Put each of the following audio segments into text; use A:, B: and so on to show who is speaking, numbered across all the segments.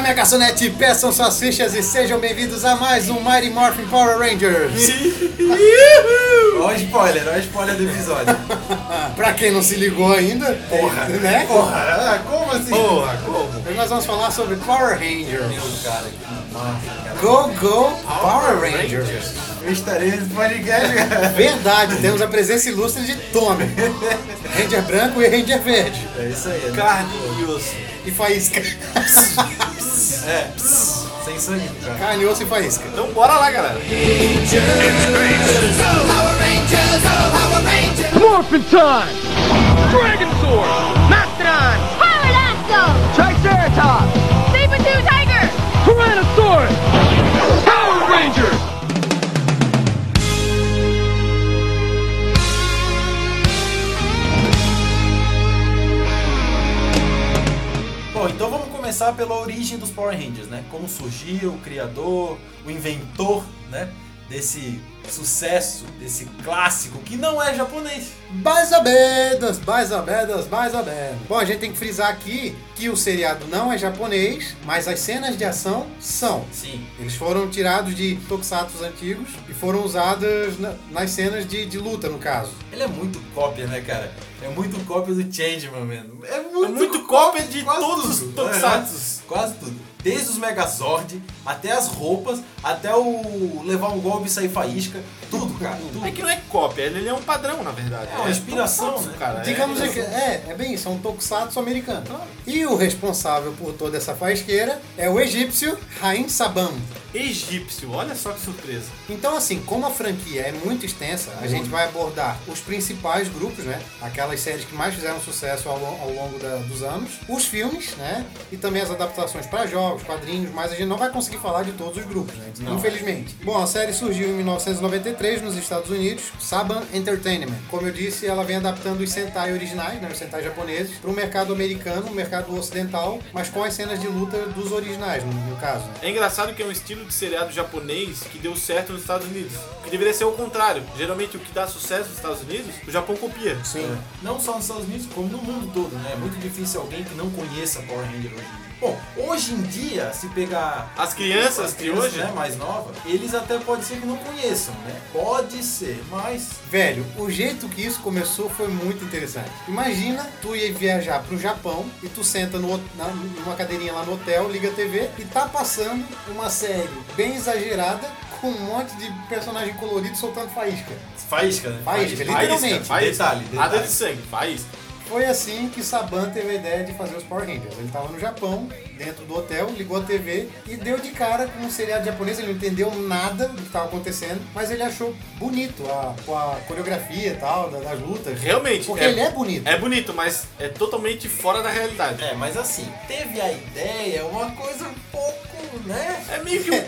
A: minha garçonete, peçam suas fichas e sejam bem-vindos a mais um Mighty Morphin Power Rangers.
B: Olha o spoiler, olha o spoiler do episódio.
A: pra quem não se ligou ainda,
B: Porra.
A: né?
B: Porra, ah, como assim? Porra, como?
A: Hoje nós vamos falar sobre Power Rangers.
B: Meu cara, que massa, cara.
A: Go, go, Power Rangers.
B: Eu estarei nesse podcast, cara.
A: Verdade, temos a presença ilustre de Tommy. Ranger branco e Ranger verde.
B: É isso aí. né?
C: Carne e osso.
A: E faísca.
B: É. Sem sangue, cara.
A: Carne, osso e faísca.
C: Então bora lá, galera.
D: Morphin time! Dragon Sword! Mastodon!
E: Pterodactyl!
D: Triceratops!
E: Saber-tooth tiger!
D: Tyrannosaurus! Power Rangers!
B: Bom, então vamos começar pela origem dos Power Rangers, né? Como surgiu o criador, o inventor, né? Desse sucesso, desse clássico que não é japonês.
A: Mais ou menos, mais ou menos, mais ou menos. Bom, a gente tem que frisar aqui que o seriado não é japonês, mas as cenas de ação são.
B: Sim.
A: Eles foram tirados de tokusatsu antigos e foram usados na- nas cenas de, de luta, no caso.
B: Ele é muito cópia, né, cara? É muito cópia do Changeman, mano. É
C: É
B: muito,
C: muito cópia de
B: Quase
C: todos os
B: tudo.
C: Tokusatsu.
B: É, quase tudo. Desde os Megazord, até as roupas, até o levar um golpe e sair faísca. Tudo, cara. Tudo.
C: É que não é cópia, ele é um padrão, na verdade.
B: É uma inspiração, né?
C: cara.
A: Digamos que é, é bem isso, é um tokusatsu americano. E o responsável por toda essa faisqueira é o egípcio Raim Sabam.
C: Egípcio, olha só que surpresa.
A: Então, assim, como a franquia é muito extensa, a gente vai abordar os principais grupos, né? Aquelas séries que mais fizeram sucesso ao, lo- ao longo da- dos anos, os filmes, né? E também as adaptações para jogos, quadrinhos, mas a gente não vai conseguir falar de todos os grupos, né? Infelizmente. Bom, a série surgiu em 1993 nos Estados Unidos, Saban Entertainment. Como eu disse, ela vem adaptando os Sentai originais, né? Os Sentai japoneses, para o mercado americano, o mercado ocidental, mas com as cenas de luta dos originais, no, no caso, né?
C: É engraçado que é um estilo de seriado japonês que deu certo nos Estados Unidos. Que deveria ser o contrário. Geralmente o que dá sucesso nos Estados Unidos, o Japão copia.
A: Sim.
B: é- Não só nos Estados Unidos, como no mundo todo, né? É muito difícil alguém que não conheça Power Ranger hoje em dia. Bom, hoje em dia, se pegar
C: As crianças de hoje,
B: né, mais nova, eles até pode ser que não conheçam, né? Pode ser, mas
A: Velho, o jeito que isso começou foi muito interessante. Imagina tu ia viajar pro Japão e tu senta no, hot- na- numa cadeirinha lá no hotel, liga a TV e tá passando uma série bem exagerada com um monte de personagem colorido soltando faísca.
B: Faísca, né?
A: Faísca, literalmente.
B: Detalhe,
C: nada
B: detalhe.
C: de sangue, faz.
A: Foi assim que Saban teve a ideia de fazer os Power Rangers. Ele tava no Japão, dentro do hotel, ligou a TV e deu de cara com um seriado japonês. Ele não entendeu nada do que estava acontecendo, mas ele achou bonito a, a coreografia e tal, da- das lutas.
C: Realmente,
A: Porque
C: é-
A: ele é bonito.
C: É bonito, mas é totalmente fora da realidade.
B: É, mas assim, teve a ideia, uma coisa um pouco, né?
C: É meio que um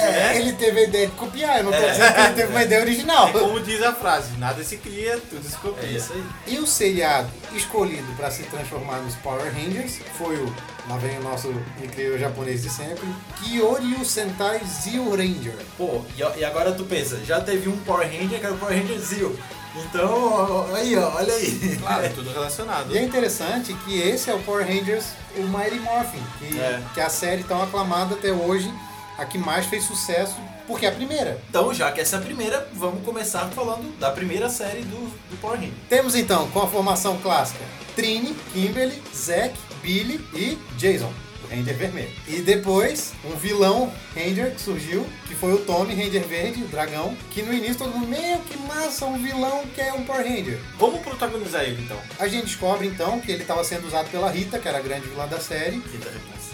A: É,
C: né?
A: Ele teve a ideia de copiar, eu não tô dizendo que ele teve uma ideia original.
C: É como diz a frase, nada se cria, tudo se copia.
A: É
B: aí.
A: E o seriado escolhido para se transformar nos Power Rangers foi o, lá vem o nosso incrível japonês de sempre, Kyoryu Sentai Zio Ranger.
B: Pô, e, ó- e agora tu pensa, já teve um Power Ranger que era o Power Ranger Zio. Então, ó, ó, aí, ó, olha aí.
C: Claro, tudo relacionado.
A: E é interessante que esse é o Power Rangers, o Mighty Morphin, que,
B: É.
A: que é a série tão aclamada até hoje, a que mais fez sucesso, porque é a primeira.
B: Então, já que essa é a primeira, vamos começar falando da primeira série do, do Power Ranger.
A: Temos então, com a formação clássica, Trini, Kimberly, Zack, Billy e Jason, o Ranger Vermelho. E depois, um vilão Ranger que surgiu, que foi o Tommy, Ranger Verde, o dragão, que no início todo mundo, meio que massa, um vilão que é um Power Ranger.
C: Vamos protagonizar ele então.
A: A gente descobre então que ele estava sendo usado pela Rita, que era a grande vilã da série,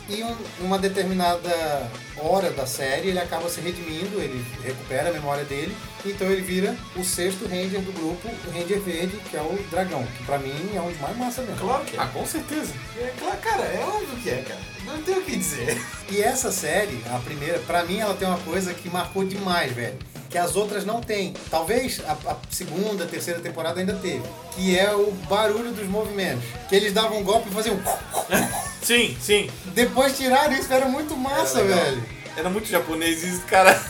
A: e um- uma determinada hora da série ele acaba se redimindo, ele recupera a memória dele, então ele vira o sexto Ranger do grupo, o Ranger Verde, que é o dragão, que pra mim é um dos mais massa mesmo.
B: Claro que é.
C: Ah, com certeza.
B: é claro, cara, é óbvio que é, cara. Não tem o que dizer.
A: E essa série, a primeira, pra mim ela tem uma coisa que marcou demais, velho. Que as outras não tem. Talvez a, a segunda, terceira temporada ainda teve. Que é o barulho dos movimentos. Que eles davam um golpe e faziam.
C: Sim, sim.
A: Depois tiraram isso, era muito massa,
B: É legal.
A: velho.
C: Era muito japonês isso, cara.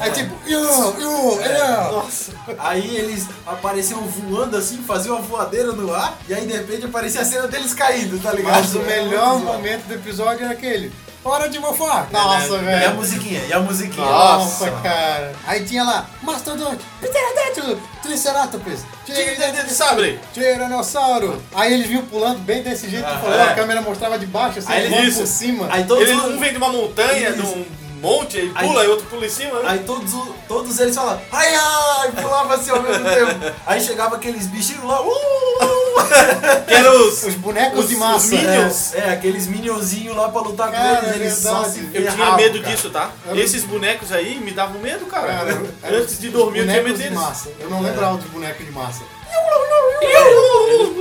A: É tipo. "Yo, yo, yo".
C: Nossa.
B: Aí eles apareciam voando assim, faziam uma voadeira no ar, e aí de repente aparecia a cena deles caindo, tá ligado?
A: Mas o melhor
B: momento.
A: momento do episódio era aquele. Hora de mofar! Nossa,
B: né? E a
A: velho.
B: musiquinha, e a musiquinha.
A: Nossa, cara. Aí tinha lá, Mastodonte, Pterodáctilo, Triceratops,
C: Tigre de sabre!
A: Tiranossauro. Aí eles vinham pulando bem desse jeito que
B: Ah,
A: tu falou,
B: é.
A: a câmera mostrava de baixo, assim,
B: Aí
A: eles vão
C: eles-
A: por cima.
B: Aí todos,
C: Ele, um
B: os-
C: vem de uma montanha, de um monte, ele
B: Aí-
C: pula, aí outro pula em cima. né?
B: aí todos, o- todos eles falavam, ai ai, pulava assim ao mesmo tempo. Aí chegava aqueles bichinhos lá, uh!
C: Que eram os...
A: Os bonecos
C: os-
A: de massa.
C: os Minions.
B: É, aqueles minionzinhos lá pra lutar com
A: Cara,
B: eles,
A: é
B: eles só
A: verdade.
B: se
A: Eu
C: Eu tinha
A: errava,
C: medo
A: cara.
C: disso, tá?
A: Era-
C: Esses bonecos aí me davam medo, cara.
A: Cara, era-
C: Antes de dormir eu tinha medo
A: É, bonecos de
C: deles.
A: massa. Eu não lembrava dos bonecos de massa.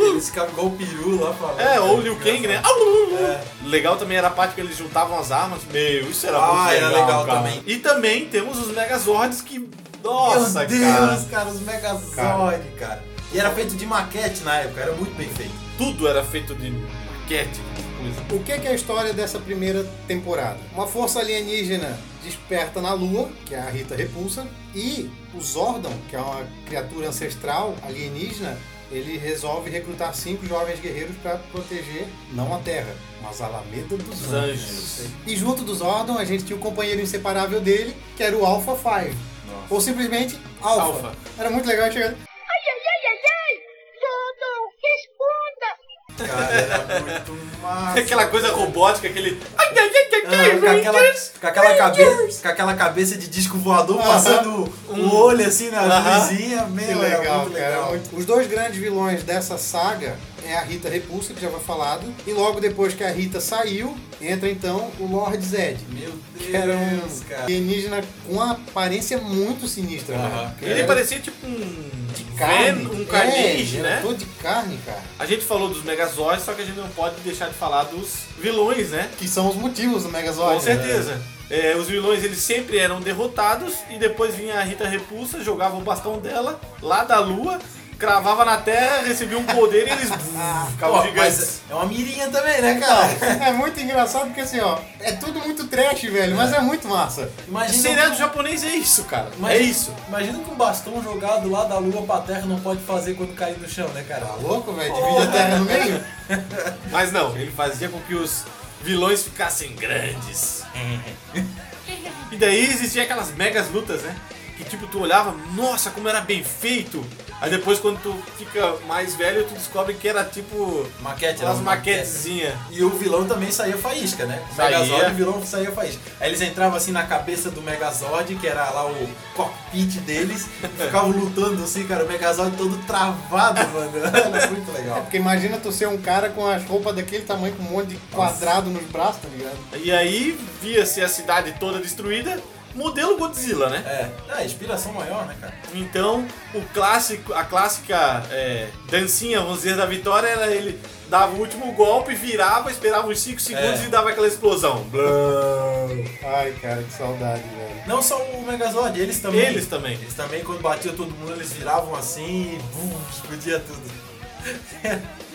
B: Eles ficavam igual o peru lá falando.
C: É, ou o Liu Kang, né? Au, au, au. Legal também era a parte que eles juntavam as armas. Meu, isso era
B: Ah,
C: muito legal,
B: era legal
C: cara.
B: também.
C: E também temos os Megazords que...
B: Nossa,
C: Nossa,
B: Meu Deus,
C: cara.
B: cara, os Megazord, cara. E era feito de maquete na época, era muito bem feito.
C: Tudo era feito de maquete. de coisa.
A: O que que é a história dessa primeira temporada? Uma força alienígena desperta na Lua, que é a Rita Repulsa, e o Zordon, que é uma criatura ancestral alienígena, ele resolve recrutar cinco jovens guerreiros para proteger não a Terra, mas a Alameda dos
C: Os
A: Anjos.
C: anjos.
A: E junto do Zordon a gente tinha o companheiro inseparável dele, que era o Alpha Five,
B: Nossa.
A: ou simplesmente Alpha.
C: Alpha.
A: Era muito legal chegar.
E: Ai, ai, ai, ai, ai! Dodon, responda!
B: Cara, era muito massa.
C: Aquela coisa robótica, aquele... Ai, ai, ai, ai,
A: é
C: ai,
B: Ah, com, aquela,
C: Rangers.
B: com, aquela cabeça, com aquela cabeça de disco voador
A: Aham.
B: passando um olho assim na
C: Aham.
B: vizinha, meu,
A: Que
B: era
A: legal,
B: muito
A: cara.
B: legal.
A: muito- Os dois grandes vilões dessa saga é a Rita Repulsa, que já foi falado, e logo depois que a Rita saiu, entra então o Lord Zed.
B: Meu
A: Que era um
B: Deus, cara.
A: alienígena com uma aparência muito sinistra, né?
C: Ele
A: Era
C: parecia tipo um...
A: de carne.
C: Ven- Um
A: é,
C: carnage,
A: era
C: né?
A: todo de carne, cara.
C: A gente falou dos Megazords, só que a gente não pode deixar de falar dos vilões, né?
A: Que são os motivos do Megazord. né?
C: Com certeza. É, os vilões eles sempre eram derrotados e depois vinha a Rita Repulsa, jogava o bastão dela lá da lua, cravava na terra, recebia um poder e eles
A: Ah.
C: bum, ficavam
B: Pô,
C: gigantes.
B: mas é uma mirinha também, né, cara?
A: Cara, é muito engraçado porque assim, ó, é tudo muito trash, velho, mas é muito massa.
B: Imagina um
C: Seriado japonês é isso, cara.
B: Imagina-
C: É isso.
B: Imagina que um bastão jogado lá da lua pra terra não pode fazer quando cair no chão, né, cara?
A: Tá louco, velho? Divide a terra no meio.
C: Mas não, ele fazia com que os vilões ficassem grandes. e daí existia aquelas megas lutas, né? Que tipo, tu olhava, nossa, como era bem feito. Aí depois quando tu fica mais velho, tu descobre que era tipo
B: Maquete,
C: umas
B: uma maquete.
C: maquetezinhas.
B: E o vilão também saía faísca, né? O
C: Saía.
B: Megazord e o vilão saía faísca. Aí eles entravam assim na cabeça do Megazord, que era lá o cockpit deles, e ficavam lutando assim, cara. O Megazord todo travado, mano. Era muito legal.
A: É Porque imagina tu ser um cara com as roupas daquele tamanho, com um monte de quadrado nos braços, tá ligado?
C: E aí via-se a cidade toda destruída, modelo Godzilla, né?
B: É, é inspiração maior, né, cara?
C: Então o clássico, a clássica é, dancinha, vamos dizer, da vitória era ele dava o último golpe, virava, esperava uns 5 segundos
B: É.
C: e dava aquela explosão.
B: Ah.
A: Ai, cara, que saudade, velho.
B: Não só o Megazord, eles também.
C: Eles também.
B: Eles também, quando batia todo mundo, eles viravam assim e bum, explodia tudo.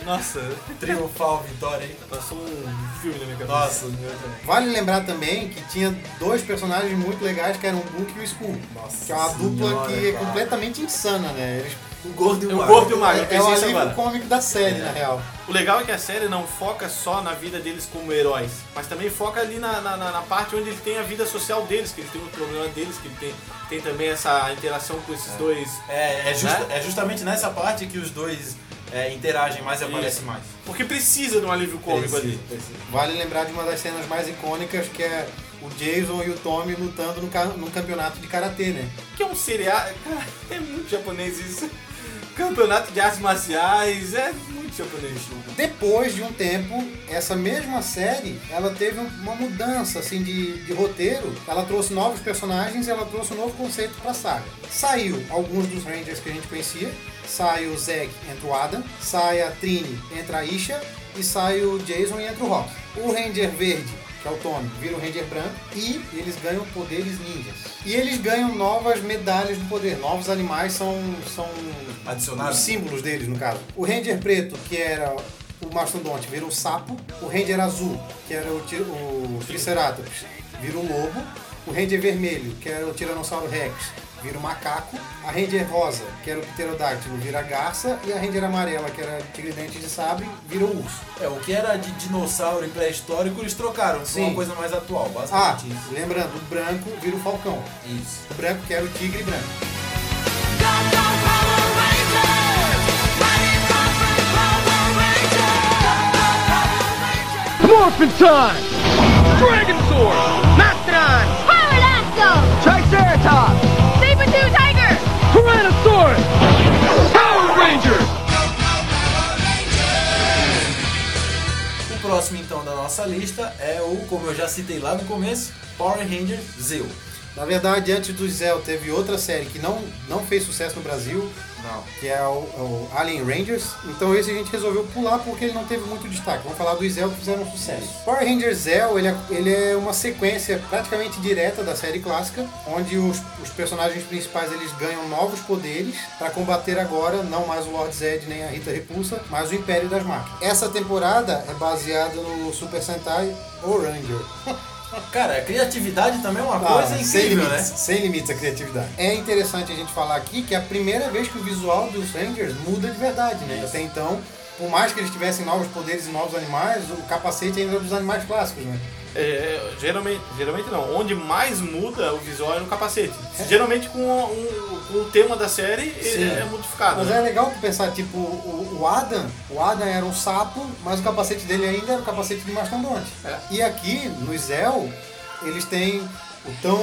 C: Nossa,
B: Triunfal vitória aí.
C: passou um filme na minha
B: Nossa,
C: cabeça.
B: meu Deus.
A: Vale lembrar também que tinha dois personagens muito legais, que eram o Book e o Skull.
B: Nossa
A: que é uma dupla
B: senhora,
A: que é
B: cara.
A: completamente insana, né? Eles...
B: O gordo e o
C: É o
B: magro.
C: gordo e o magro, eu
A: É o
C: pensei isso
A: alívio
C: agora.
A: cômico da série, na real.
C: O legal é que a série não foca só na vida deles como heróis, mas também foca ali na, na, na- na parte onde ele tem a vida social deles, que ele tem o problema deles, que ele tem, tem também essa interação com esses dois
B: É, é, justa-
C: Né?
B: é justamente nessa parte que os dois é, interagem mais e
C: Isso.
B: aparecem mais.
C: Porque precisa de um alívio cômico ali.
A: Vale lembrar de uma das cenas mais icônicas, que é o Jason e o Tommy lutando no, ca... no campeonato de karatê, né?
C: Que é um seriado. Cara, é muito japonês isso. Campeonato de artes marciais, é muito japonês.
A: Depois de um tempo, essa mesma série, ela teve uma mudança assim de, de roteiro. Ela trouxe novos personagens e ela trouxe um novo conceito para a saga. Saiu alguns dos Rangers que a gente conhecia. Sai o Zack, entra o Adam. Sai a Trini, entra a Isha. E sai o Jason e entra o Rock. O Ranger Verde, que é o Tommy, vira o Ranger Branco. E eles ganham poderes ninjas. E eles ganham novas medalhas do poder. Novos animais são... são
B: Adicionado.
A: os símbolos deles, no caso. O Ranger preto, que era o mastodonte, um vira o sapo. O Ranger azul, que era o, ti- o Triceratops, vira o um lobo. O Ranger vermelho, que era o Tiranossauro Rex, vira o macaco. A Ranger rosa, que era o Pterodáctilo, vira a garça. E a Ranger amarela, que era tigre dente de sabre, vira o urso.
B: É, o que era de dinossauro e pré-histórico, eles trocaram por
A: Sim.
B: uma coisa mais atual,
A: Ah,
B: basicamente isso.
A: lembrando, o branco vira o falcão.
B: Isso.
A: O branco, que era o tigre branco.
D: Morphin' time! Dragon sword! Mastodon!
E: Pterodactyl!
D: Triceratops!
E: Saber-tooth tiger!
D: Tyrannosaurus! Power Rangers!
B: O próximo, então, da nossa lista é o, como eu já citei lá no começo, Power Ranger Zeo.
A: Na verdade, antes do Zell, teve outra série que não, não fez sucesso no Brasil,
B: Não.
A: que é o, o Alien Rangers. Então esse a gente resolveu pular porque ele não teve muito destaque. Vamos falar do Zell que fizeram sucesso. Power Rangers Zell, ele é, ele é uma sequência praticamente direta da série clássica, onde os, os personagens principais eles ganham novos poderes para combater agora não mais o Lord Zed nem a Rita Repulsa, mas o Império das Máquinas. Essa temporada é baseada no Super Sentai ou Ranger.
B: Cara, a criatividade também é uma
A: Ah,
B: coisa incrível,
A: sem limites,
B: né?
A: Sem limites a criatividade. É interessante a gente falar aqui que é a primeira vez que o visual dos Rangers muda de verdade, né? Até então, por mais que eles tivessem novos poderes e novos animais, o capacete ainda é dos animais clássicos, né?
C: É, geralmente, geralmente não. Onde mais muda o visual é no capacete. Geralmente com o, um- com o tema da série ele
A: Sim.
C: é
B: Uhum.
C: modificado.
A: Mas
C: né?
A: é legal tu pensar, tipo, o, o Adam, o Adam era um sapo, mas o capacete dele ainda era o capacete de mastodonte.
C: É.
A: E aqui, no Zell, eles têm o tão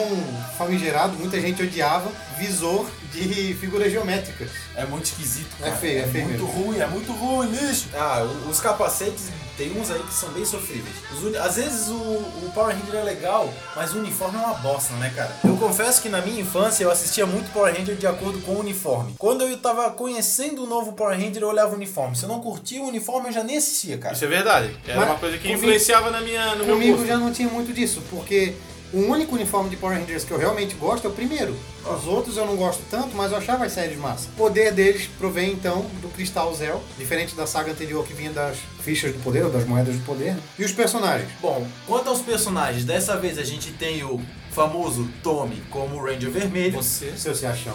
A: famigerado, muita gente odiava, visor de figuras geométricas.
B: É muito esquisito,
A: É
B: cara.
A: feio, é feio
B: muito
A: mesmo.
B: ruim, é muito ruim, lixo. Ah, o- os capacetes, tem uns aí que são bem sofríveis. Os uni- Às vezes o, o Power Ranger é legal, mas o uniforme é uma bosta, né, cara? Eu confesso que na minha infância eu assistia muito Power Ranger de acordo com o uniforme. Quando eu tava conhecendo o novo Power Ranger, eu olhava o uniforme. Se eu não curtia o uniforme, eu já nem assistia, cara.
C: Isso é verdade. Era
A: Mas
C: uma coisa que
A: comigo-
C: influenciava na minha, no meu
A: Comigo
C: gosto.
A: já não tinha muito disso, porque o único uniforme de Power Rangers que eu realmente gosto é o primeiro.
C: Ah.
A: Os outros eu não gosto tanto, mas eu achava as séries massa. O poder deles provém então do Cristal Zell, diferente da saga anterior que vinha das fichas do poder, ou das moedas do poder. né? E os personagens?
B: Bom, quanto aos personagens, dessa vez a gente tem o famoso Tommy como Ranger Vermelho.
C: Você.
A: Seu se acham.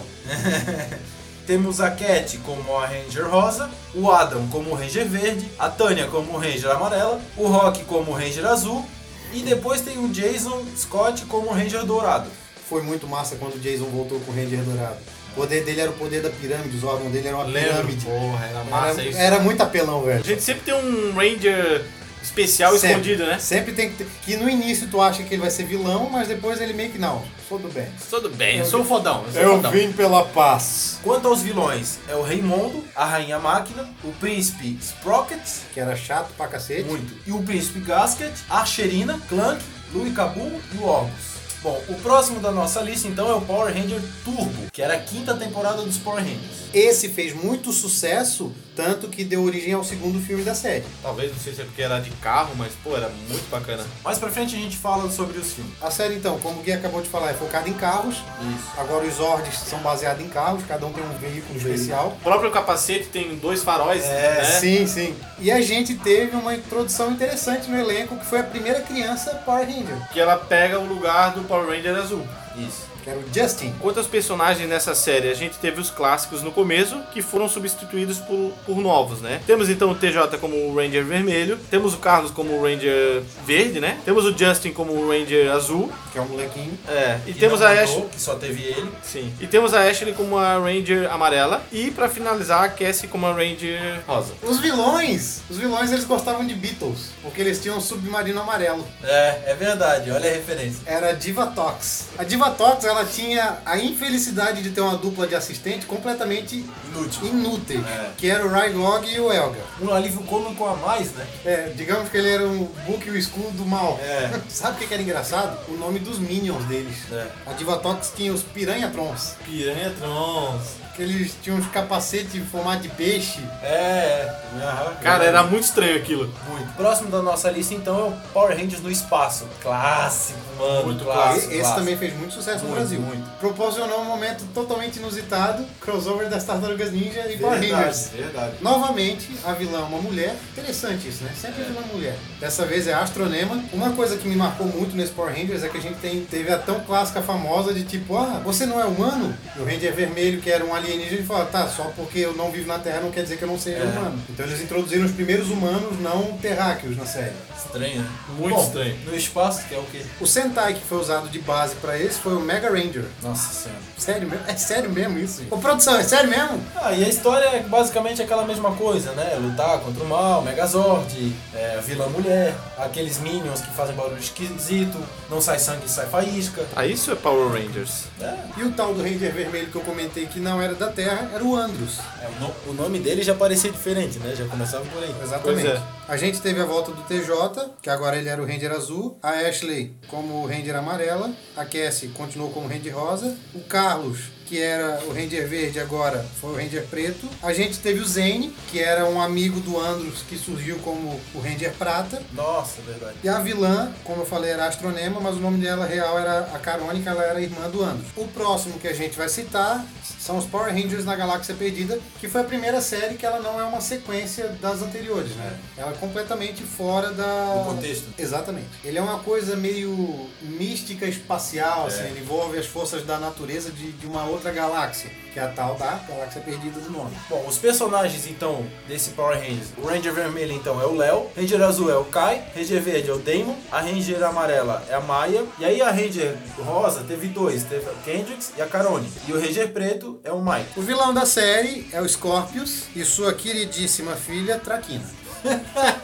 B: Temos a Cat como a Ranger Rosa, o Adam como o Ranger Verde, a Tânia como o Ranger Amarela, o Rock como o Ranger Azul e depois tem o Jason Scott como o Ranger Dourado.
A: Foi muito massa quando o Jason voltou com o Ranger Dourado. O poder dele era o poder da pirâmide, os órgãos dele eram uma
C: Lembro.
A: pirâmide.
C: Porra, era massa
A: Era,
C: isso.
A: era muito é. apelão, velho.
C: A gente sempre tem um Ranger especial
A: Sempre.
C: escondido, né?
A: Sempre tem que ter. Que no início tu acha que ele vai ser vilão, mas depois ele meio que não. Sou do bem.
C: Tudo bem, eu sou um fodão. Eu, sou fodão.
A: vim pela paz.
B: Quanto aos vilões, é o Raimondo, a Rainha Máquina, o Príncipe Sprocket,
A: que era chato pra cacete.
B: muito, e o Príncipe Gasket, a Xerina, Clank, Louie Cabum e o Orgus. Bom, o próximo da nossa lista então é o Power Ranger Turbo, que era a quinta temporada dos Power Rangers.
A: Esse fez muito sucesso, tanto que deu origem ao segundo filme da série.
C: Talvez, não sei se é porque era de carro, mas, pô, era muito bacana.
B: Mais pra frente a gente fala sobre os filmes.
A: A série, então, como o Gui acabou de falar, é focada em carros.
B: Isso.
A: Agora os Zords são baseados em carros, cada um tem um veículo especial.
C: O próprio capacete tem dois faróis, né?
A: É, Sim, sim. E a gente teve uma introdução interessante no elenco, que foi a primeira criança Power Ranger,
C: Que ela pega o lugar do Power Ranger azul.
B: Isso.
A: que era o Justin.
C: Quanto aos personagens nessa série, a gente teve os clássicos no começo, que foram substituídos por, por novos, né? Temos então o TJ como o Ranger vermelho, temos o Carlos como o Ranger verde, né? Temos o Justin como o Ranger azul,
A: Que é um molequinho.
C: é, e,
B: E
C: temos
B: não
C: a
B: mudou,
C: Ashley...
B: que só teve ele.
C: Sim. E temos a Ashley como a Ranger amarela. E pra finalizar, a Cassie como a Ranger rosa.
A: Os vilões! Os vilões eles gostavam de Beatles, porque eles tinham um submarino amarelo.
B: É, é verdade, olha a referência.
A: era a Diva Tox. A Diva Tox ela tinha a infelicidade de ter uma dupla de assistente completamente
B: Inútil.
A: inúteis,
B: É.
A: que era o Rylog e o Elga.
B: Um alívio cômico a mais, né?
A: É, digamos que ele era o Book e o escudo do mal.
B: É.
A: Sabe o que que era engraçado? O nome dos minions deles.
B: É.
A: A Diva Tox tinha os Piranha Trons.
C: Piranha Trons.
A: que eles tinham uns capacetes em formato de peixe.
B: É, aham.
C: Cara, era muito estranho aquilo.
B: Muito. Próximo da nossa lista, então, é o Power Rangers no espaço. Clássico, mano.
C: Muito
A: E-
C: clássico,
A: Esse também fez muito sucesso no
B: Muito,
A: Brasil.
B: muito.
A: Proporcionou um momento totalmente inusitado, crossover das Tartarugas Ninja e é Power
B: Verdade,
A: Rangers.
B: verdade.
A: Novamente, a vilã é uma mulher. Interessante isso, né? Sempre vilã é uma mulher. Dessa vez é a Astronema. Uma coisa que me marcou muito nesse Power Rangers é que a gente tem, teve a tão clássica famosa de tipo, ah, você não é humano? E o Ranger Vermelho, que era um alienígena, ele fala, tá, só porque eu não vivo na Terra não quer dizer que eu não seja humano. Então eles introduziram os primeiros humanos não terráqueos na série.
B: Estranho, né?
C: Muito
B: Bom,
C: estranho.
B: No espaço, que é o quê?
A: O Sentai que foi usado de base pra esse foi o Mega Ranger.
B: Nossa Senhora.
A: Sério mesmo? É sério mesmo isso? gente? Ô, produção, é sério mesmo?
B: Ah, e a história é basicamente aquela mesma coisa, né? Lutar contra o mal, Megazord, é, a vilã mulher, aqueles minions que fazem barulho esquisito, não sai sangue, sai faísca.
C: Ah, isso é Power Rangers.
B: É,
A: E o tal do Ranger Vermelho que eu comentei que não era da Terra era o Andros.
B: é, o, no- o nome dele já parecia diferente, né? Já começava por aí.
A: Exatamente.
C: Pois é.
A: A gente teve a volta do TJ, que agora ele era o Ranger Azul. A Ashley como Ranger Amarela. A Cassie continuou como Ranger Rosa. O Carlos, que era o Ranger Verde agora, foi o Ranger Preto. A gente teve o Zane, que era um amigo do Andros que surgiu como o Ranger Prata.
B: Nossa, verdade.
A: E a vilã, como eu falei, era a Astronema, mas o nome dela real era a Carônica, ela era a irmã do Andros. O próximo que a gente vai citar são os Power Rangers na Galáxia Perdida, que foi a primeira série que ela não é uma sequência das anteriores, né? Ela é completamente fora da...
B: Do contexto.
A: Exatamente. Ele é uma coisa meio mística
B: É.
A: espacial, assim, ele envolve as forças da natureza de, de uma outra galáxia, que é a tal da Galáxia Perdida do nome.
B: Bom, os personagens então desse Power Rangers, o Ranger Vermelho então é o Léo, Ranger Azul é o Kai, Ranger Verde é o Damon, a Ranger Amarela é a Maia, e aí a Ranger Rosa teve dois, teve a Kendricks e a Carone, e o Ranger Preto é o Mike.
A: O vilão da série é o Scorpius e sua queridíssima filha, Traquina.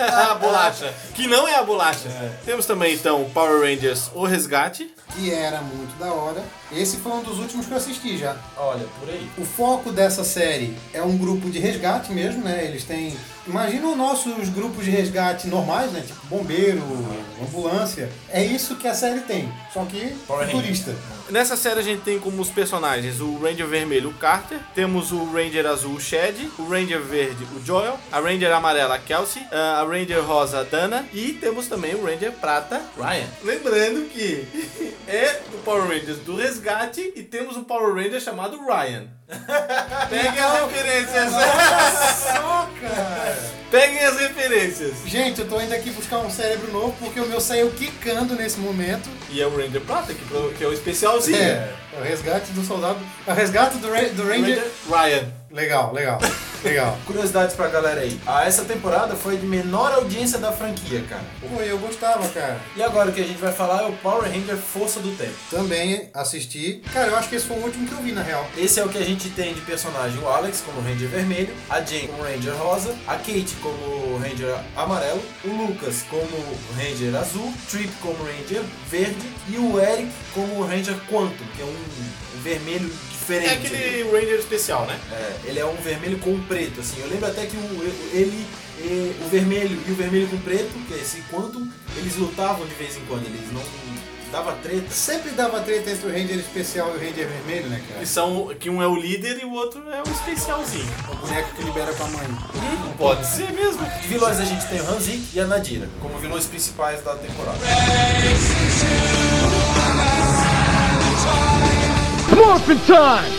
C: a bolacha. Que não é a bolacha. Temos também, então, o Power Rangers O Resgate.
A: que era muito da hora. Esse foi um dos últimos que eu assisti já.
B: Olha, por aí.
A: O foco dessa série é um grupo de resgate mesmo, né? Eles têm. Imagina os nossos grupos de resgate normais, né? Tipo bombeiro, ambulância. É isso que a série tem. Só que
B: Power
A: futurista.
C: Nessa série a gente tem como os personagens o Ranger Vermelho, o Carter, temos o Ranger Azul, o Shed, o Ranger Verde, o Joel, a Ranger Amarela, a Kelsey, a Ranger Rosa, a Dana, e temos também o Ranger Prata.
B: Ryan.
C: Lembrando que é o Power Rangers do Resgate e temos um Power Ranger chamado Ryan. Peguem as referências. Peguem as referências.
A: Gente, eu tô indo aqui buscar um cérebro novo porque o meu saiu quicando nesse momento.
C: E é o Ranger Prata, que, pro- que é o especialzinho.
A: É, é o resgate do soldado. É o resgate do, Ra- do Ranger.
C: Ranger Ryan.
A: Legal, legal, legal.
B: Curiosidades pra galera aí. Ah, essa temporada foi de menor audiência da franquia, cara.
A: Pô, eu gostava, cara.
B: E agora o que a gente vai falar é o Power Ranger Força do Tempo.
A: Também assisti. Cara, eu acho que esse foi o último que eu vi, na real.
B: Esse é o que a gente tem de personagem: o Alex como Ranger Vermelho, a Jane como Ranger Rosa, a Kate como Ranger Amarelo, o Lucas como Ranger Azul, Trip como Ranger Verde e o Eric como Ranger Quantum, que é um vermelho diferente.
C: É aquele Ranger especial, né?
B: É, ele é um vermelho com preto, assim. Eu lembro até que o, ele, eh, o vermelho e o vermelho com preto, que é esse quanto, eles lutavam de vez em quando, eles não dava treta.
A: Sempre dava treta entre o Ranger especial e o Ranger vermelho, né, cara?
C: Que, são, que um é o líder e o outro é o especialzinho.
A: O boneco que libera com a mãe.
C: Pode ser mesmo.
B: De vilões a gente tem o Hanzik e a Nadira, como vilões principais da temporada.
D: Morphin' time!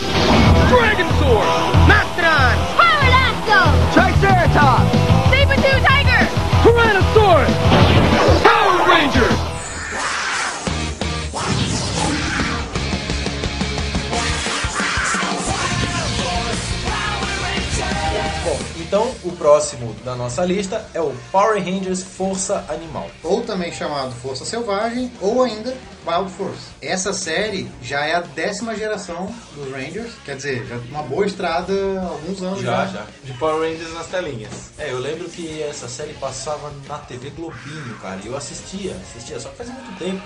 D: Dragon sword! Mastodon!
E: Pterodactyl!
D: Triceratops!
E: Saber-tooth tiger!
D: Tyrannosaurus! Power Ranger!
B: Bom, então o próximo da nossa lista é o Power Rangers Força Animal.
A: Ou também chamado Força Selvagem, ou ainda Wild Force. Essa série já é a décima geração dos Rangers, quer dizer, já é uma boa estrada há alguns anos já.
C: De Power Rangers nas telinhas.
B: É, eu lembro que essa série passava na TV Globinho, cara, e eu assistia, assistia, só que faz muito tempo.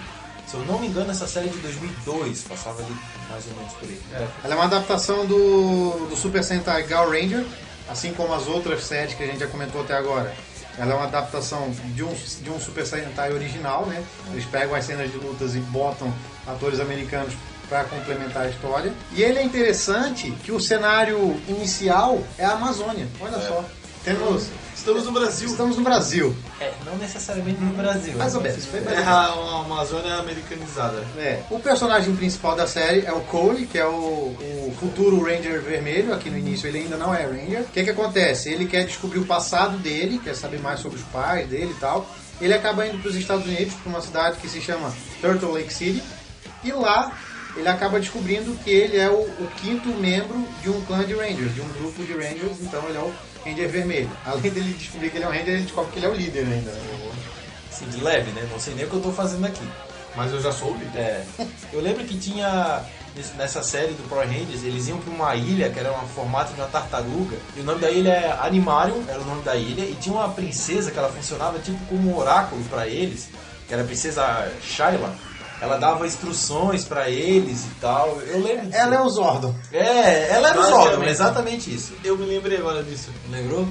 B: Se eu não me engano, essa série é de 2002 passava ali mais ou menos por aí.
A: Ela é uma adaptação do, do Super Sentai Gal Ranger, assim como as outras séries que a gente já comentou até agora. Ela é uma adaptação de um, de um Super Sentai original, né? Eles pegam as cenas de lutas e botam atores americanos para complementar a história. E ele é interessante que o cenário inicial é a Amazônia. Olha só. Temos.
C: Estamos no Brasil.
A: Estamos no Brasil.
B: É, não necessariamente no Brasil.
A: Mais ou menos. Foi mais
C: É
A: ou menos.
C: a a Amazônia americanizada.
A: É. O personagem principal da série é o Cole, que é o, o futuro Ranger vermelho. Aqui no início ele ainda não é Ranger. O que, que acontece? Ele quer descobrir o passado dele, quer saber mais sobre os pais dele e tal. Ele acaba indo para os Estados Unidos, para uma cidade que se chama Turtle Lake City. E lá ele acaba descobrindo que ele é o, o quinto membro de um clã de Rangers, de um grupo de Rangers. Então ele é o Ranger vermelho. Além dele descobrir que ele é um Ranger, ele descobre que ele é o líder ainda. né?
B: Assim, de leve, né? Não sei nem o que eu tô fazendo aqui.
C: Mas eu já soube.
B: É. Eu lembro que tinha nesse- nessa série do Power Rangers, eles iam pra uma ilha que era um formato de uma tartaruga. E o nome da ilha é Animarium, era o nome da ilha. E tinha uma princesa que ela funcionava tipo como um oráculo pra eles, que era a princesa Shyla. Ela dava instruções pra eles e tal. Eu lembro disso.
A: Ela é o Zordon.
B: É, ela era o
C: Basicamente.
B: Zordon, exatamente isso.
C: Eu me lembrei agora disso.
B: Lembrou?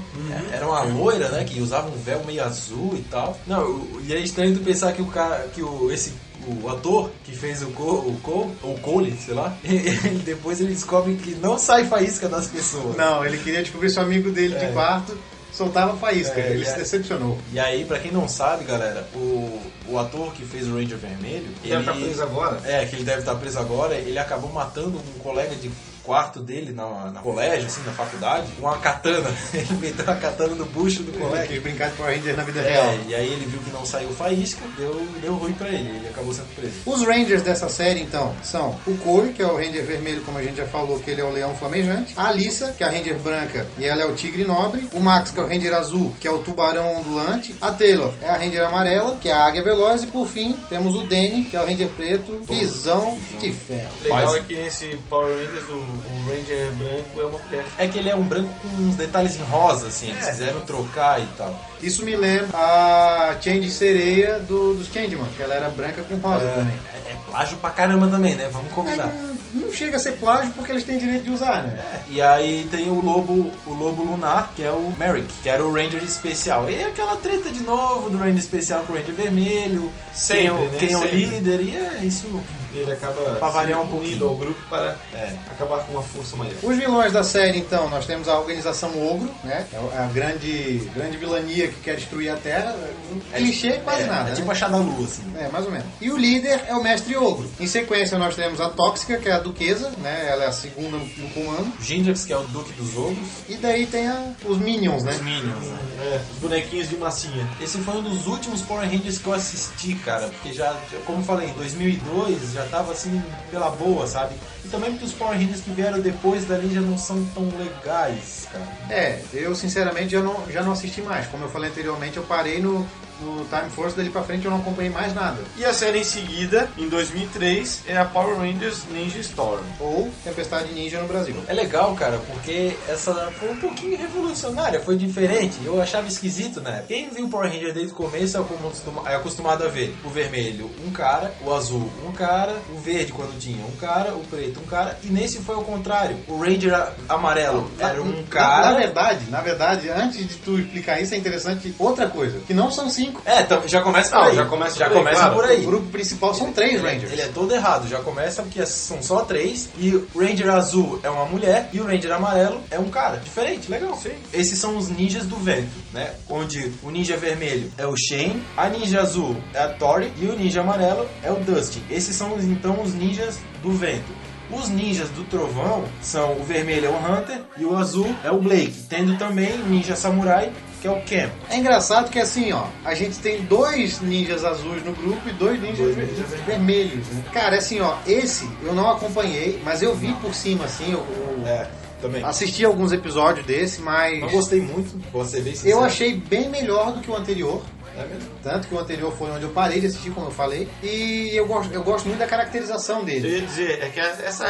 B: É, Era uma loira, né? Que usava um véu meio azul e tal. Não, o- e é estranho tu pensar que o cara. que o, esse. O ator que fez o Cole, o Cole, ou Cole, sei lá, ele, depois ele descobre que não sai faísca das pessoas.
A: Não, ele queria descobrir se o amigo dele
C: É.
A: de quarto soltava faísca.
B: É,
A: ele
B: é.
A: se decepcionou.
B: E aí, pra quem não sabe, galera, o, o ator que fez o Ranger Vermelho.
C: Ele tá preso agora?
B: É, que ele deve estar preso agora. Ele acabou matando um colega de quarto dele na, na colégio, assim, na faculdade, com uma katana. Ele meteu a katana no bucho do
A: Ele
B: colega.
A: quis brincar de Power Rangers na vida real.
B: É, e aí ele viu que não saiu faísca, deu, deu ruim pra ele, ele acabou sendo preso.
A: Os Rangers dessa série, então, são o Corey, que é o Ranger vermelho, como a gente já falou, que ele é o leão flamejante. A Alissa, que é a Ranger branca, e ela é o tigre nobre. O Max, que é o Ranger azul, que é o tubarão ondulante. A Taylor é a Ranger amarela, que é a águia veloz. E, por fim, temos o Danny, que é o Ranger preto, visão de ferro.
C: Legal
B: Faz.
C: é que nesse Power Rangers o, o Ranger branco é uma mulher.
B: É que ele é um branco com uns detalhes em rosa, assim, eles quiseram trocar e tal.
A: Isso me lembra a Change Sereia do, dos Changeman, que ela era branca com rosa também.
B: É, é plágio pra caramba também, né? Vamos combinar.
A: É, não chega a ser plágio porque eles têm direito de usar, né?
B: E aí tem o lobo, o lobo lunar, que é o Merrick, que era o Ranger especial. E é aquela treta de novo do Ranger especial com o Ranger vermelho, quem, é o-
C: Sempre, né?
B: quem é o
C: Sempre.
B: líder, e é isso.
C: E ele acaba
B: Pra variar
C: se
B: um pouquinho.
C: unindo ao grupo para
B: É.
C: acabar com uma força maior.
A: Os vilões da série, então, nós temos a organização Ogro, né? É A grande, grande vilania que quer destruir a Terra. Um clichê, quase
B: é,
A: nada.
B: É
A: né?
B: tipo achar da lua, assim.
A: É, mais ou menos. E o líder é o Mestre Ogro. Em sequência, nós temos a Tóxica, que é a Duquesa, né? Ela é a segunda no, no comando.
B: O Gingrix, que é o Duque dos Ogros,
A: E daí tem a- os Minions, né?
B: os Minions, né?
C: É, os bonequinhos de massinha.
B: Esse foi um dos últimos Power Rangers que eu assisti, cara. Porque já, já- como eu falei, em 2002 já tava assim pela boa, sabe? E também porque os Power Rangers que vieram depois dali já não são tão legais, cara.
A: É, eu sinceramente já não, já não assisti mais. Como eu falei anteriormente, eu parei no, no Time Force, dali pra frente eu não acompanhei mais nada.
C: E a série em seguida, em 2003, é a Power Rangers Ninja Storm.
A: Ou Tempestade Ninja no Brasil.
B: É legal, cara, porque essa foi um pouquinho revolucionária, foi diferente. Eu achava esquisito, né? Quem viu o Power Ranger desde o começo é acostuma- é acostumado a ver o vermelho, um cara, o azul, um cara, o verde, quando tinha, um cara, o preto, um cara. E nesse foi o contrário. O Ranger a- amarelo era um cara.
A: Na, na verdade, na verdade, antes de tu explicar isso, é interessante outra coisa. Que não são cinco.
B: É, então, já começa por
C: Não,
B: aí.
C: já começa
B: já
C: por aí,
B: começa
C: claro.
B: por aí.
A: O grupo principal são três
B: Ele é-
A: Rangers.
B: Ele é todo errado, já começa porque são só três. E o Ranger azul é uma mulher e o Ranger amarelo é um cara. Diferente, legal.
C: Sim.
B: Esses são os ninjas do vento, né? Onde o ninja vermelho é o Shane, a ninja azul é a Tori e o ninja amarelo é o Dustin. Esses são então os ninjas do vento. Os ninjas do trovão são o vermelho é o Hunter e o azul é o Blake, tendo também o ninja samurai que é o Ken.
A: É engraçado que assim, ó, a gente tem dois ninjas azuis no grupo e dois ninjas,
B: Dois ninjas
A: ver- vermelhos. né? Cara, assim, ó, esse eu não acompanhei, mas eu vi por cima, assim, eu, eu
B: É, também.
A: assisti alguns episódios desse, mas
B: Não gostei muito, vou ser bem sincero.
A: eu achei bem melhor do que o anterior.
B: É mesmo?
A: Tanto que o anterior foi onde eu parei de assistir, como eu falei. E eu gosto, eu gosto muito da caracterização
C: Eu
A: dele.
C: ia dizer, é que essa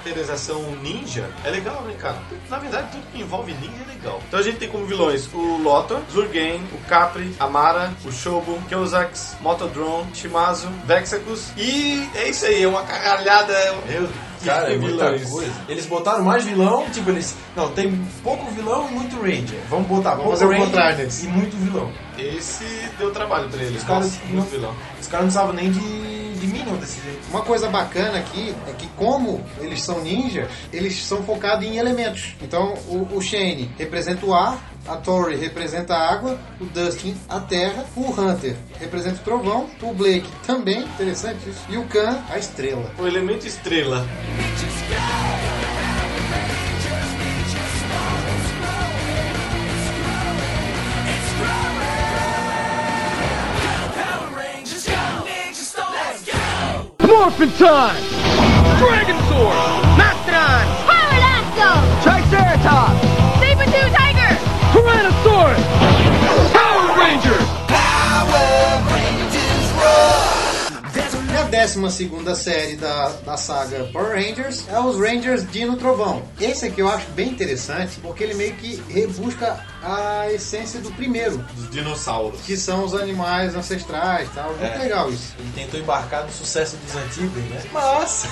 C: caracterização ninja é legal, né, cara? Na verdade, tudo que envolve ninja é legal. Então a gente tem como vilões o Lothar, Zurgen, o Capri, Amara, o Shobo, Kyozax, Motodrone, Shimazu, Vexacus e é isso aí, é uma caralhada. Meu
B: Cara, é muita coisa. Eles botaram mais vilão, tipo, eles. Não, tem pouco vilão e muito Ranger. Vamos botar
A: Vamos
B: pouco
A: fazer o
B: Ranger
A: contrário deles.
B: e muito vilão.
C: Esse deu trabalho pra eles.
B: Os caras
C: Nossa,
B: não,
C: muito vilão.
B: os caras não precisavam nem de
F: eliminam desse jeito.
A: Uma coisa bacana aqui é que como eles são ninjas, eles são focados em elementos. Então o, o Shane representa o ar, a Tori representa a água, o Dustin a terra, o Hunter representa o trovão, o Blake também, interessante isso, e o Khan a estrela.
C: O elemento estrela.
D: Morphin' time! Dragon sword! Mastodon!
E: Pterodactyl!
D: Triceratops!
E: Saber-tooth tiger!
D: Tyrannosaurus! Power Rangers!
A: E a décima segunda série da, da saga Power Rangers é os Rangers Dino Trovão. Esse aqui eu acho bem interessante porque ele meio que rebusca a essência do primeiro,
C: Dos dinossauros.
A: que são os animais ancestrais e tal. Muito
B: É.
A: legal isso.
B: Ele tentou embarcar no sucesso dos antigos, né? Mas.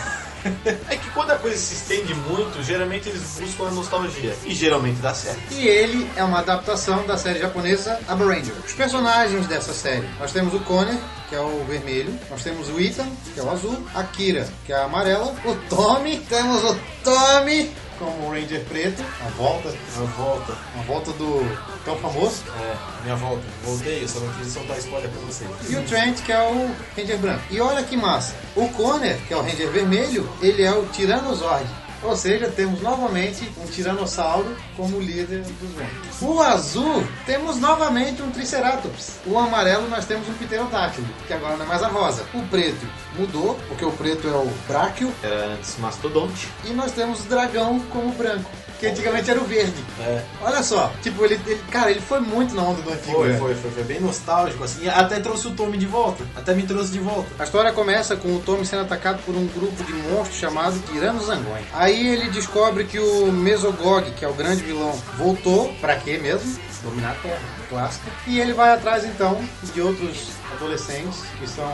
C: É que quando a coisa se estende muito, geralmente eles buscam a nostalgia. E geralmente dá certo.
A: E ele é uma adaptação da série japonesa Abba Ranger. Os personagens dessa série: nós temos o Connor, que é o vermelho, nós temos o Ethan, que é o azul, a Kira, que é a amarela, o Tommy, temos o Tommy como o Ranger preto, a volta,
B: Eu volto.
A: a volta do tão famoso,
B: É, minha volta. Voltei, eu só não quis soltar spoiler pra vocês.
A: e o Trent, que é o Ranger branco. E olha que massa, o Connor, que é o Ranger vermelho, ele é o Tiranossauro. Ou seja, temos novamente um Tiranossauro como líder dos Rangers. O azul, temos novamente um Triceratops. O amarelo, nós temos um Pterodactylo, que agora não é mais a rosa. O preto mudou, porque o preto é o Bráquio.
C: Era antes mastodonte.
A: E nós temos o dragão como branco, que antigamente era o verde.
B: É.
A: Olha só, tipo, ele, ele- cara, ele foi muito na onda do antigo.
B: Foi,
A: né?
B: foi, foi, foi bem nostálgico, assim. E até trouxe o Tommy de volta. Até me trouxe de volta.
A: A história começa com o Tommy sendo atacado por um grupo de monstros chamado Tiranos Zangões. Aí ele descobre que o Mesogog, que é o grande vilão, voltou. Pra quê mesmo? Dominar a Terra, clássico. E ele vai atrás então de outros adolescentes que são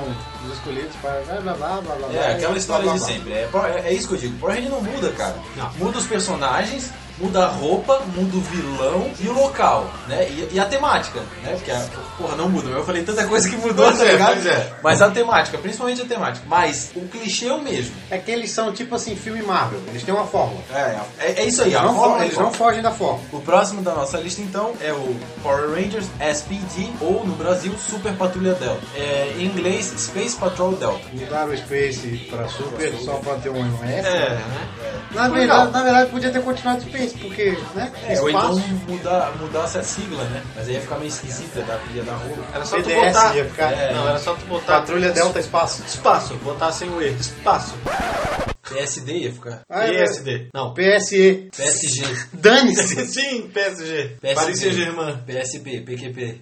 A: os escolhidos para blá blá blá blá blá. blá,
B: É, aquela
A: blá,
B: história
A: blá,
B: de
A: blá.
B: sempre. É, Power- é isso que eu digo. Power Ranger não muda, cara. Muda os personagens, muda a roupa, muda o vilão e o local, né? E, e a temática, né? Porque, a, porra, não muda. Eu falei tanta coisa que mudou,
C: Pois
B: tá
C: é,
B: ligado?
C: pois é.
B: Mas a temática, principalmente a temática. Mas o clichê é o mesmo.
A: É que eles são tipo assim, filme Marvel. Eles têm uma fórmula.
B: É, é, é isso aí.
A: Eles,
B: A
A: não,
B: forma
A: fo- eles não fogem da fórmula.
B: O próximo da nossa lista, então, é o Power Rangers SPD, ou no Brasil, Super Patrulha Delta. É, em inglês, Space Patrol Delta.
A: Mudaram o Space para Super só pra ter um S.
C: É, né?
A: Na verdade, na verdade, podia ter continuado Space, porque, né?
B: É, ou então mudar, mudasse a sigla, né? Mas aí ia ficar meio esquisita, da filha da rua.
C: Era só tu
A: BDS
C: botar.
A: ia ficar-
C: É, Não, era só tu botar.
A: Patrulha Delta Espaço.
C: Espaço, botar sem o E. Espaço.
B: PSD ia ficar.
A: Ah, é
C: PSD. Não.
A: PSE.
B: PSG,
A: Dane-se.
C: Sim, PSG.
B: PSG.
C: Paris Saint-Germain.
B: PSP, PQP.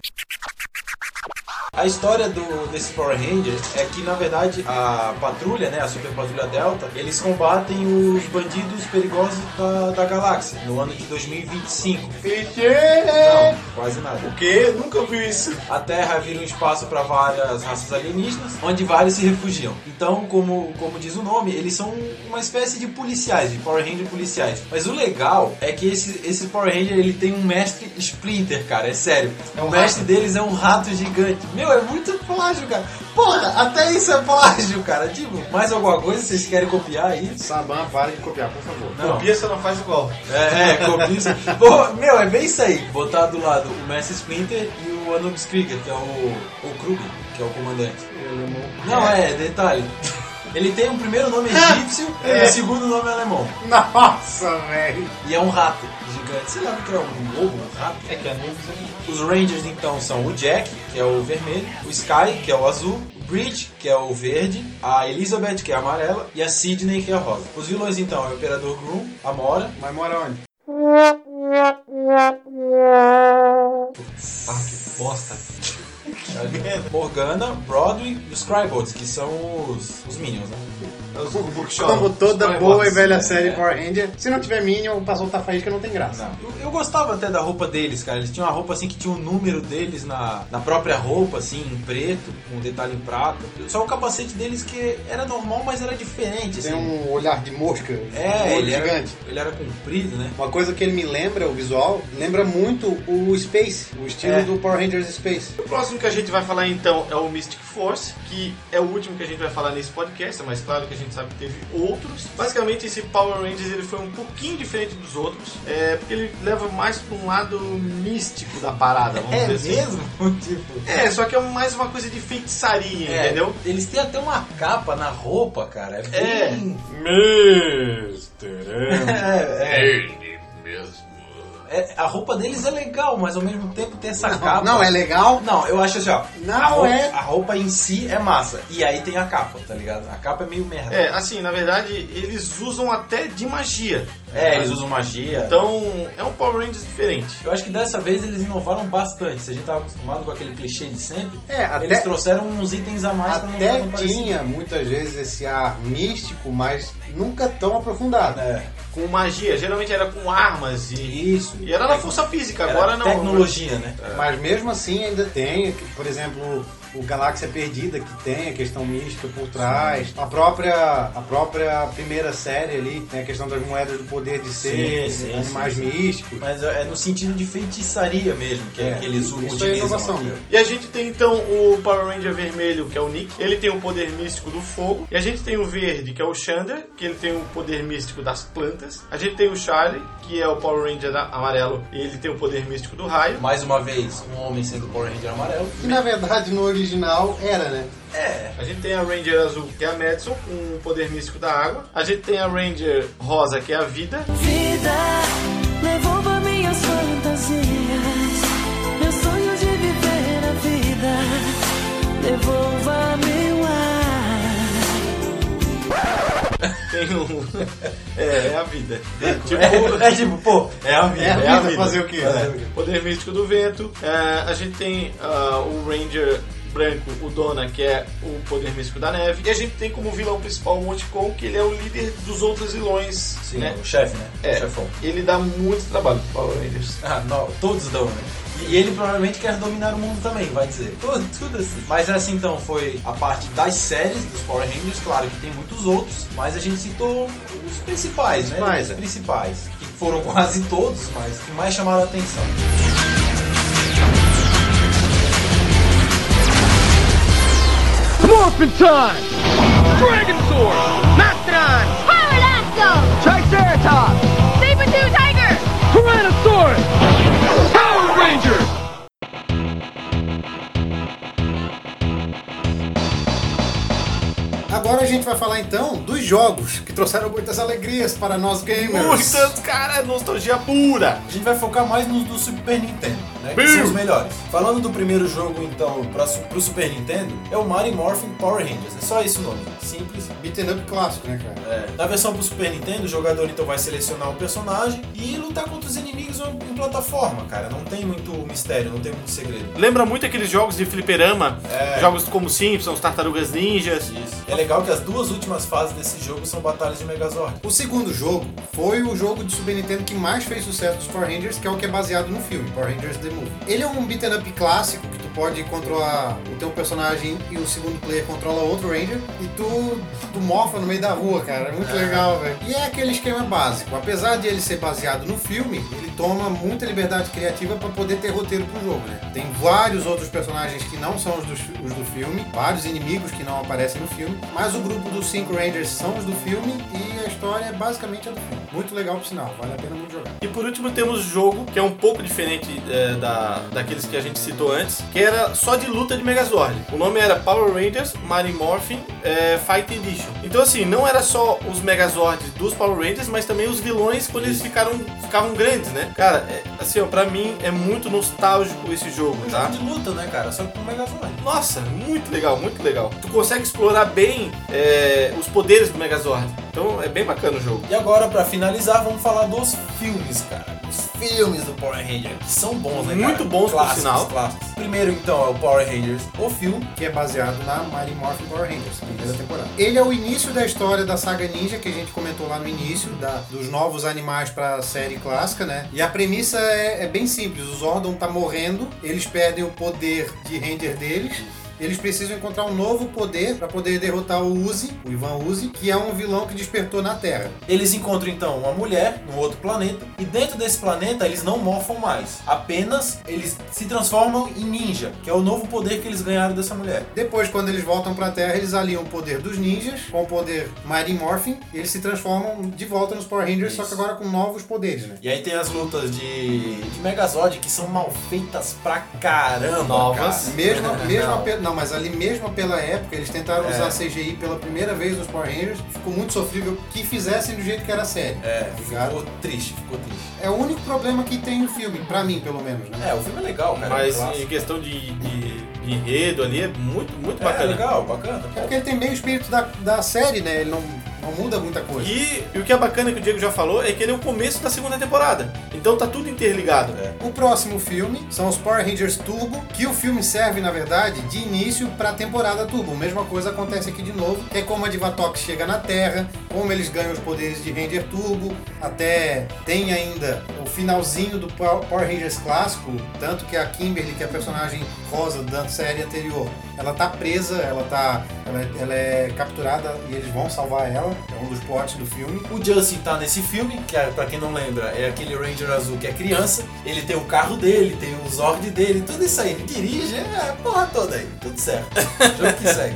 B: A história do, desse Power Rangers é que, na verdade, a patrulha, né, a Super Patrulha Delta, eles combatem os bandidos perigosos da, da galáxia no ano de 2025.
A: Clichê!
B: Não, quase nada.
C: Que? Nunca vi isso.
B: A Terra vira um espaço para várias raças alienígenas, onde vários se refugiam. Então, como, como diz o nome, eles são uma espécie de policiais, de Power Ranger policiais. Mas o legal é que esse, esse Power Ranger ele tem um mestre Splinter, cara, é sério.
A: É um
B: o mestre deles é um rato gigante. Meu, é muito plágio, cara. Porra, até isso é plágio, cara. Digo, mais alguma coisa vocês querem copiar aí?
A: Saban, para de copiar, por favor.
B: Não.
C: Copia, você não faz igual.
B: É, é, copista. Pô, meu, é bem isso aí. Botar do lado o Mestre Splinter e o Anubis Krieger, que é o, o Kruger, que é o comandante. Não, é, detalhe. Ele tem um primeiro nome egípcio e
A: É.
B: um segundo nome alemão.
A: Nossa, velho.
B: E é um rato gigante. Sei lá o que é um lobo, um rato.
C: É que a nuvem
B: Os Rangers então são o Jack, que é o vermelho, o Sky, que é o azul, o Bridge, que é o verde, a Elizabeth, que é a amarela, e a Sidney, que é a rosa. Os vilões então é o Imperador Grum, a Mora,
A: Mas mora onde?
B: Ah, que bosta. Morgana, Broadway e os Crybots, que são os, os Minions, né?
C: é os bookshop.
A: Como toda
C: Vai,
A: boa e
C: Watts.
A: velha
B: É.
A: série Power Ranger, se não tiver Minion, pra soltar faísca não tem graça.
B: Eu, eu gostava até da roupa deles, cara. Eles tinham uma roupa assim que tinha o número deles na, na própria roupa, assim, em preto, com um detalhe em prata. Só o capacete deles que era normal, mas era diferente, assim.
A: Tem um olhar de mosca, um
B: É,
A: olho
B: ele era,
A: gigante.
B: ele era comprido, né?
A: Uma coisa que ele me lembra, o visual, lembra muito o Space, o estilo
B: É.
A: do Power Rangers Space.
C: O próximo que a gente vai falar em
F: então é o Mystic Force, que é o último que a gente vai falar nesse podcast, mas claro que a gente sabe que teve outros. Basicamente, esse Power Rangers ele foi um pouquinho diferente dos outros, é, porque ele leva mais para um lado místico da parada, vamos
B: É
F: dizer assim.
B: mesmo? tipo.
F: É, só que é mais uma coisa de feitiçaria,
B: É,
F: entendeu?
B: Eles têm até uma capa na roupa, cara. É
F: É.
B: bem.
C: Mr.
B: É, é.
C: Ele mesmo.
B: É, a roupa deles é legal, mas ao mesmo tempo tem essa capa.
A: Não é legal?
B: Não, eu acho assim, ó.
A: Não
B: a roupa,
A: é.
B: A roupa em si é massa. E aí tem a capa, tá ligado? A capa é meio merda.
F: É, assim, na verdade, eles usam até de magia.
B: É, eles usam magia.
F: Então, é um Power Rangers diferente.
B: eu acho que dessa vez eles inovaram bastante. Se a gente tava acostumado com aquele clichê de sempre,
A: É, até,
B: eles trouxeram uns itens a mais pra não
A: até
B: não parecer-
A: tinha muitas vezes esse ar místico, mas nunca tão aprofundado.
B: É,
F: Com magia, geralmente era com armas e.
B: isso.
F: E era na força física,
B: Era
F: agora não.
B: Tecnologia, né?
A: Mas mesmo assim ainda tem, por exemplo, o Galáxia Perdida, que tem a questão mística por trás. A própria, a própria primeira série ali tem a questão das moedas do poder de ser,
B: sim,
A: animais
B: sim, sim.
A: místicos.
B: Mas é no sentido de feitiçaria mesmo, que é,
A: É,
B: que eles
A: isso é
B: utilizam
A: inovação.
B: aquilo.
F: E a gente tem então o Power Ranger vermelho, que é o Nick, ele tem o poder místico do fogo. E a gente tem o verde, que é o Xander, que ele tem o poder místico das plantas. A gente tem o Charlie, que é o Power Ranger da- amarelo, e ele tem o poder místico do raio.
B: Mais uma vez, um homem sendo Power Ranger amarelo.
A: Que na verdade no original era, né?
B: É,
F: A gente tem a Ranger azul, que é a Madison, com o poder místico da água. A gente tem a Ranger rosa, que é a vida.
G: Vida levou pra minhas fantasias. Meu sonho de viver a vida devolva-me o ar.
F: Tem o. é, é a vida.
B: é, é tipo, pô, é a vida.
A: É a
F: É a
A: vida
F: vida.
A: fazer o quê?
B: Fazer
A: né?
B: o quê?
F: Poder Místico do Vento. É, a gente tem ah, o Ranger branco, o Dona, que é o Poder Místico da Neve. E a gente tem como vilão principal o Monte Kong, que ele é o líder dos outros vilões,
B: Sim,
F: né?
B: o chefe, né?
F: É.
B: O chefão.
F: Ele dá muito trabalho pro Power Rangers.
B: Ah, não, todos dão, né? E ele provavelmente quer dominar o mundo também, vai dizer. Tudo, tudo assim. Mas essa então foi a parte das séries dos Power Rangers, claro que tem muitos outros, mas a gente citou os principais, né?
A: Principais,
B: os
A: é.
B: principais. Que foram quase todos, mas que mais chamaram a atenção.
D: Morphin' time! Dragon sword! Mastodon!
E: Pterodactyl!
D: Triceratops!
E: Saber-tooth tiger!
D: Tyrannosaurus! Power Rangers!
A: Agora a gente vai falar então dos jogos que trouxeram muitas alegrias para nós gamers.
C: Muitas, cara, é nostalgia pura.
B: A gente vai focar mais nos do Super Nintendo, né? Que são os melhores. Falando do primeiro jogo, então, pra, su- pro Super Nintendo, é o Mario Morphin Power Rangers. É só esse o nome. Simples.
A: Beaten up clássico, né, cara?
B: É. Na versão pro Super Nintendo, o jogador então vai selecionar o personagem e lutar contra os inimigos em plataforma, cara. Não tem muito mistério, não tem muito segredo.
C: Lembra muito aqueles jogos de fliperama,
F: É.
C: jogos como Simpsons, Tartarugas Ninjas.
B: É legal que as duas últimas fases desse jogo são batalhas de Megazord.
A: O segundo jogo foi o jogo de Super Nintendo que mais fez sucesso dos Power Rangers, que é o que é baseado no filme, Power Rangers The Movie. Ele é um beat'em up clássico que tu pode controlar o teu personagem e o segundo player controla outro Ranger e tu, tu mofa no meio da rua, cara. É muito legal, velho. E é aquele esquema básico. Apesar de ele ser baseado no filme, ele toma muita liberdade criativa para poder ter roteiro pro jogo, né? Tem vários outros personagens que não são os, dos- os do filme, vários inimigos que não aparecem no filme, mas o grupo dos cinco Rangers são os do filme e a história é basicamente a do filme. Muito legal por sinal, vale a pena muito jogar.
C: E por último temos o jogo, que é um pouco diferente é, da, daqueles que a gente citou antes, que era só de luta de Megazord. O nome era Power Rangers Mighty Morphin é, Fight Edition. Então assim, não era só os Megazords dos Power Rangers, mas também os vilões quando eles ficaram, ficavam grandes, né? Cara, é, assim, ó, pra mim é muito nostálgico esse jogo,
B: Um
C: tá?
B: jogo de luta, né, cara? Só que com Megazord.
C: Nossa, muito legal, muito legal. Tu consegue explorar bem é, os poderes do Megazord. Então é bem bacana o jogo.
B: E agora, pra finalizar, vamos falar dos filmes, cara. Os filmes do Power Ranger, que são bons, né, cara?
C: Muito bons, por
B: clássicos,
C: sinal.
B: Clássicos. Primeiro, então, é o Power Rangers, o filme.
A: que é baseado na Mighty Morphin Power Rangers, primeira temporada. Ele é o início da história da saga ninja que a gente comentou lá no início, da- dos novos animais para a série clássica, né? E a premissa é, é bem simples: o Zordon tá morrendo, eles perdem o poder de Ranger deles. Eles precisam encontrar um novo poder pra poder derrotar o Uzi, o Ivan Uzi, que é um vilão que despertou na Terra.
B: Eles encontram então uma mulher num outro planeta e dentro desse planeta eles não morfam mais. Apenas eles se transformam em ninja, que é o novo poder que eles ganharam dessa mulher.
A: Depois, quando eles voltam pra Terra, eles aliam o poder dos ninjas com o poder Mighty Morphin e eles se transformam de volta nos Power Rangers, só que agora com novos poderes, né?
B: E aí tem as lutas de, de Megazord que são mal feitas pra caramba.
C: Novas.
B: cara. É,
A: Mesmo,
B: Não,
A: mesmo
B: não.
A: ape- não, mas ali mesmo pela época, eles tentaram
B: É.
A: usar CGI pela primeira vez nos Power Rangers. Ficou muito sofrível que fizessem do jeito que era a série.
B: É,
A: Obrigado.
B: ficou triste, ficou triste.
A: É o único problema que tem no filme, pra mim, pelo menos, né?
B: É, o filme é legal, cara.
C: Mas
B: é um
C: em
B: clássico.
C: questão de, de- de enredo ali, é muito, muito
B: é
C: bacana.
B: legal, bacana.
A: É porque ele tem meio o espírito da, da série, né? Ele não, não muda muita coisa.
C: E, e o que é bacana que o Diego já falou é que ele é o começo da segunda temporada. Então tá tudo interligado.
B: É.
A: O próximo filme são os Power Rangers Turbo, que o filme serve, na verdade, de início pra temporada Turbo. Mesma coisa acontece aqui de novo, que é como a Divatox chega na Terra, como eles ganham os poderes de Ranger Turbo, até tem ainda o finalzinho do Pow- Power Rangers clássico, tanto que a Kimberly, que é a personagem rosa da série anterior, ela tá presa, ela tá ela, é- ela é capturada e eles vão salvar ela, é um dos plots do filme.
B: O Justin tá nesse filme, que é, pra quem não lembra, é aquele Ranger azul que é criança. Ele tem o carro dele, tem o Zord dele, tudo isso aí. Ele dirige, é a porra toda aí. Tudo certo. Jogo que segue.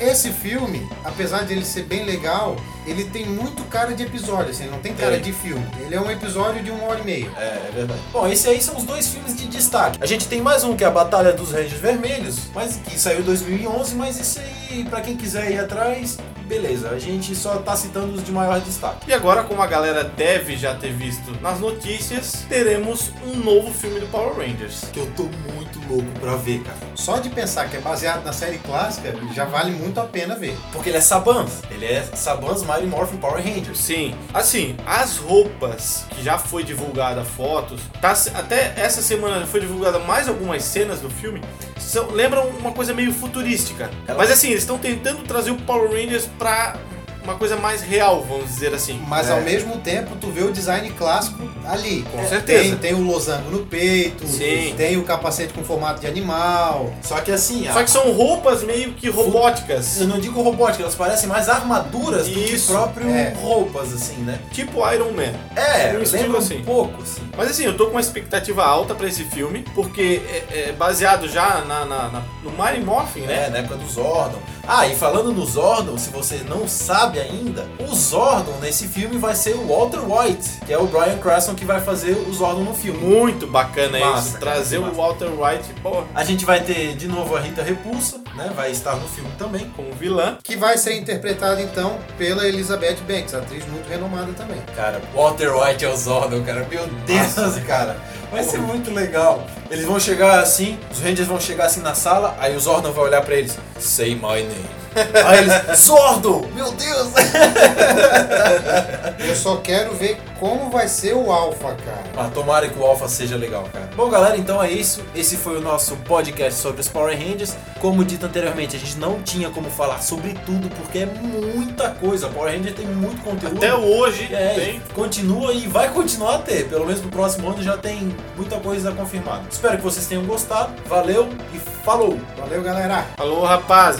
A: Esse filme, apesar de ele ser bem legal, ele tem muito cara de episódio, assim, ele não tem cara
B: Tem.
A: de filme. Ele é um episódio de uma hora e meia.
B: É, é verdade. Bom, esse aí são os dois filmes de destaque. A gente tem mais um que é a Batalha dos Rangers Vermelhos, mas que saiu em 2011, mas esse aí, pra quem quiser ir atrás, beleza. A gente só tá citando os de maior destaque.
C: E agora, como a galera deve já ter visto nas notícias, teremos um novo filme do Power Rangers.
B: Que eu tô muito louco pra ver, cara.
A: Só de pensar que é baseado na série clássica, já vale muito a pena ver.
B: Porque ele é Sabans. Ele é Sabans Mighty Morphin Power Rangers.
C: Sim, assim, as roupas que já foi divulgada fotos, tá, se- até essa semana foi divulgada mais algumas cenas do filme, são, lembram uma coisa meio futurística.
B: Ela-
C: Mas assim, eles estão tentando trazer o Power Rangers pra uma coisa mais real, vamos dizer assim.
A: Mas
B: É.
A: ao mesmo tempo, tu vê o design clássico ali. É,
C: Com certeza.
A: Tem, tem o losango no peito,
C: Sim.
A: tem o capacete com formato de animal.
B: Só que assim, a-
C: Só que são roupas meio que robóticas,
B: eu não digo robótica, elas parecem mais armaduras
C: Isso,
B: do que próprio
A: é.
B: roupas, assim, né?
C: tipo Iron Man.
B: É,
C: Um estilo
B: lembra
C: assim.
B: um pouco, assim.
C: Mas assim, eu tô com uma expectativa alta pra esse filme, porque é, é baseado já na, na- na- no Mighty Morphin, né?
B: É, na época do Zordon. Ah, e falando no Zordon, se você não sabe ainda, o Zordon nesse filme vai ser o Walter White, que é o Brian Cranston que vai fazer o Zordon no filme.
C: Muito bacana
B: Massa,
C: isso,
B: cara,
C: trazer o
B: massa.
C: Walter White pô,
B: A gente vai ter de novo a Rita Repulsa, né? Vai estar no filme também.
C: como vilã.
A: Que vai ser interpretado então pela Elizabeth Banks, atriz muito renomada também.
B: Cara, Walter White é o Zordon, cara. Meu Deus, cara. Vai ser muito legal. Eles vão chegar assim, os Rangers vão chegar assim na sala, aí o Zordon vai olhar pra eles. Say my name. Aí eles, Zordon! Meu Deus!
A: Eu só quero ver como vai ser o Alpha, cara.
B: Ah, tomara que o Alpha seja legal, cara. Bom, galera, então é isso. Esse foi o nosso podcast sobre os Power Rangers. Como dito anteriormente, a gente não tinha como falar sobre tudo, porque é muita coisa. Power Ranger tem muito conteúdo.
C: Até hoje
B: É,
C: tem.
B: e continua e vai continuar a ter. Pelo menos no próximo ano já tem muita coisa confirmada. Espero que vocês tenham gostado. Valeu e falou!
A: Valeu, galera!
C: Falou, rapaz!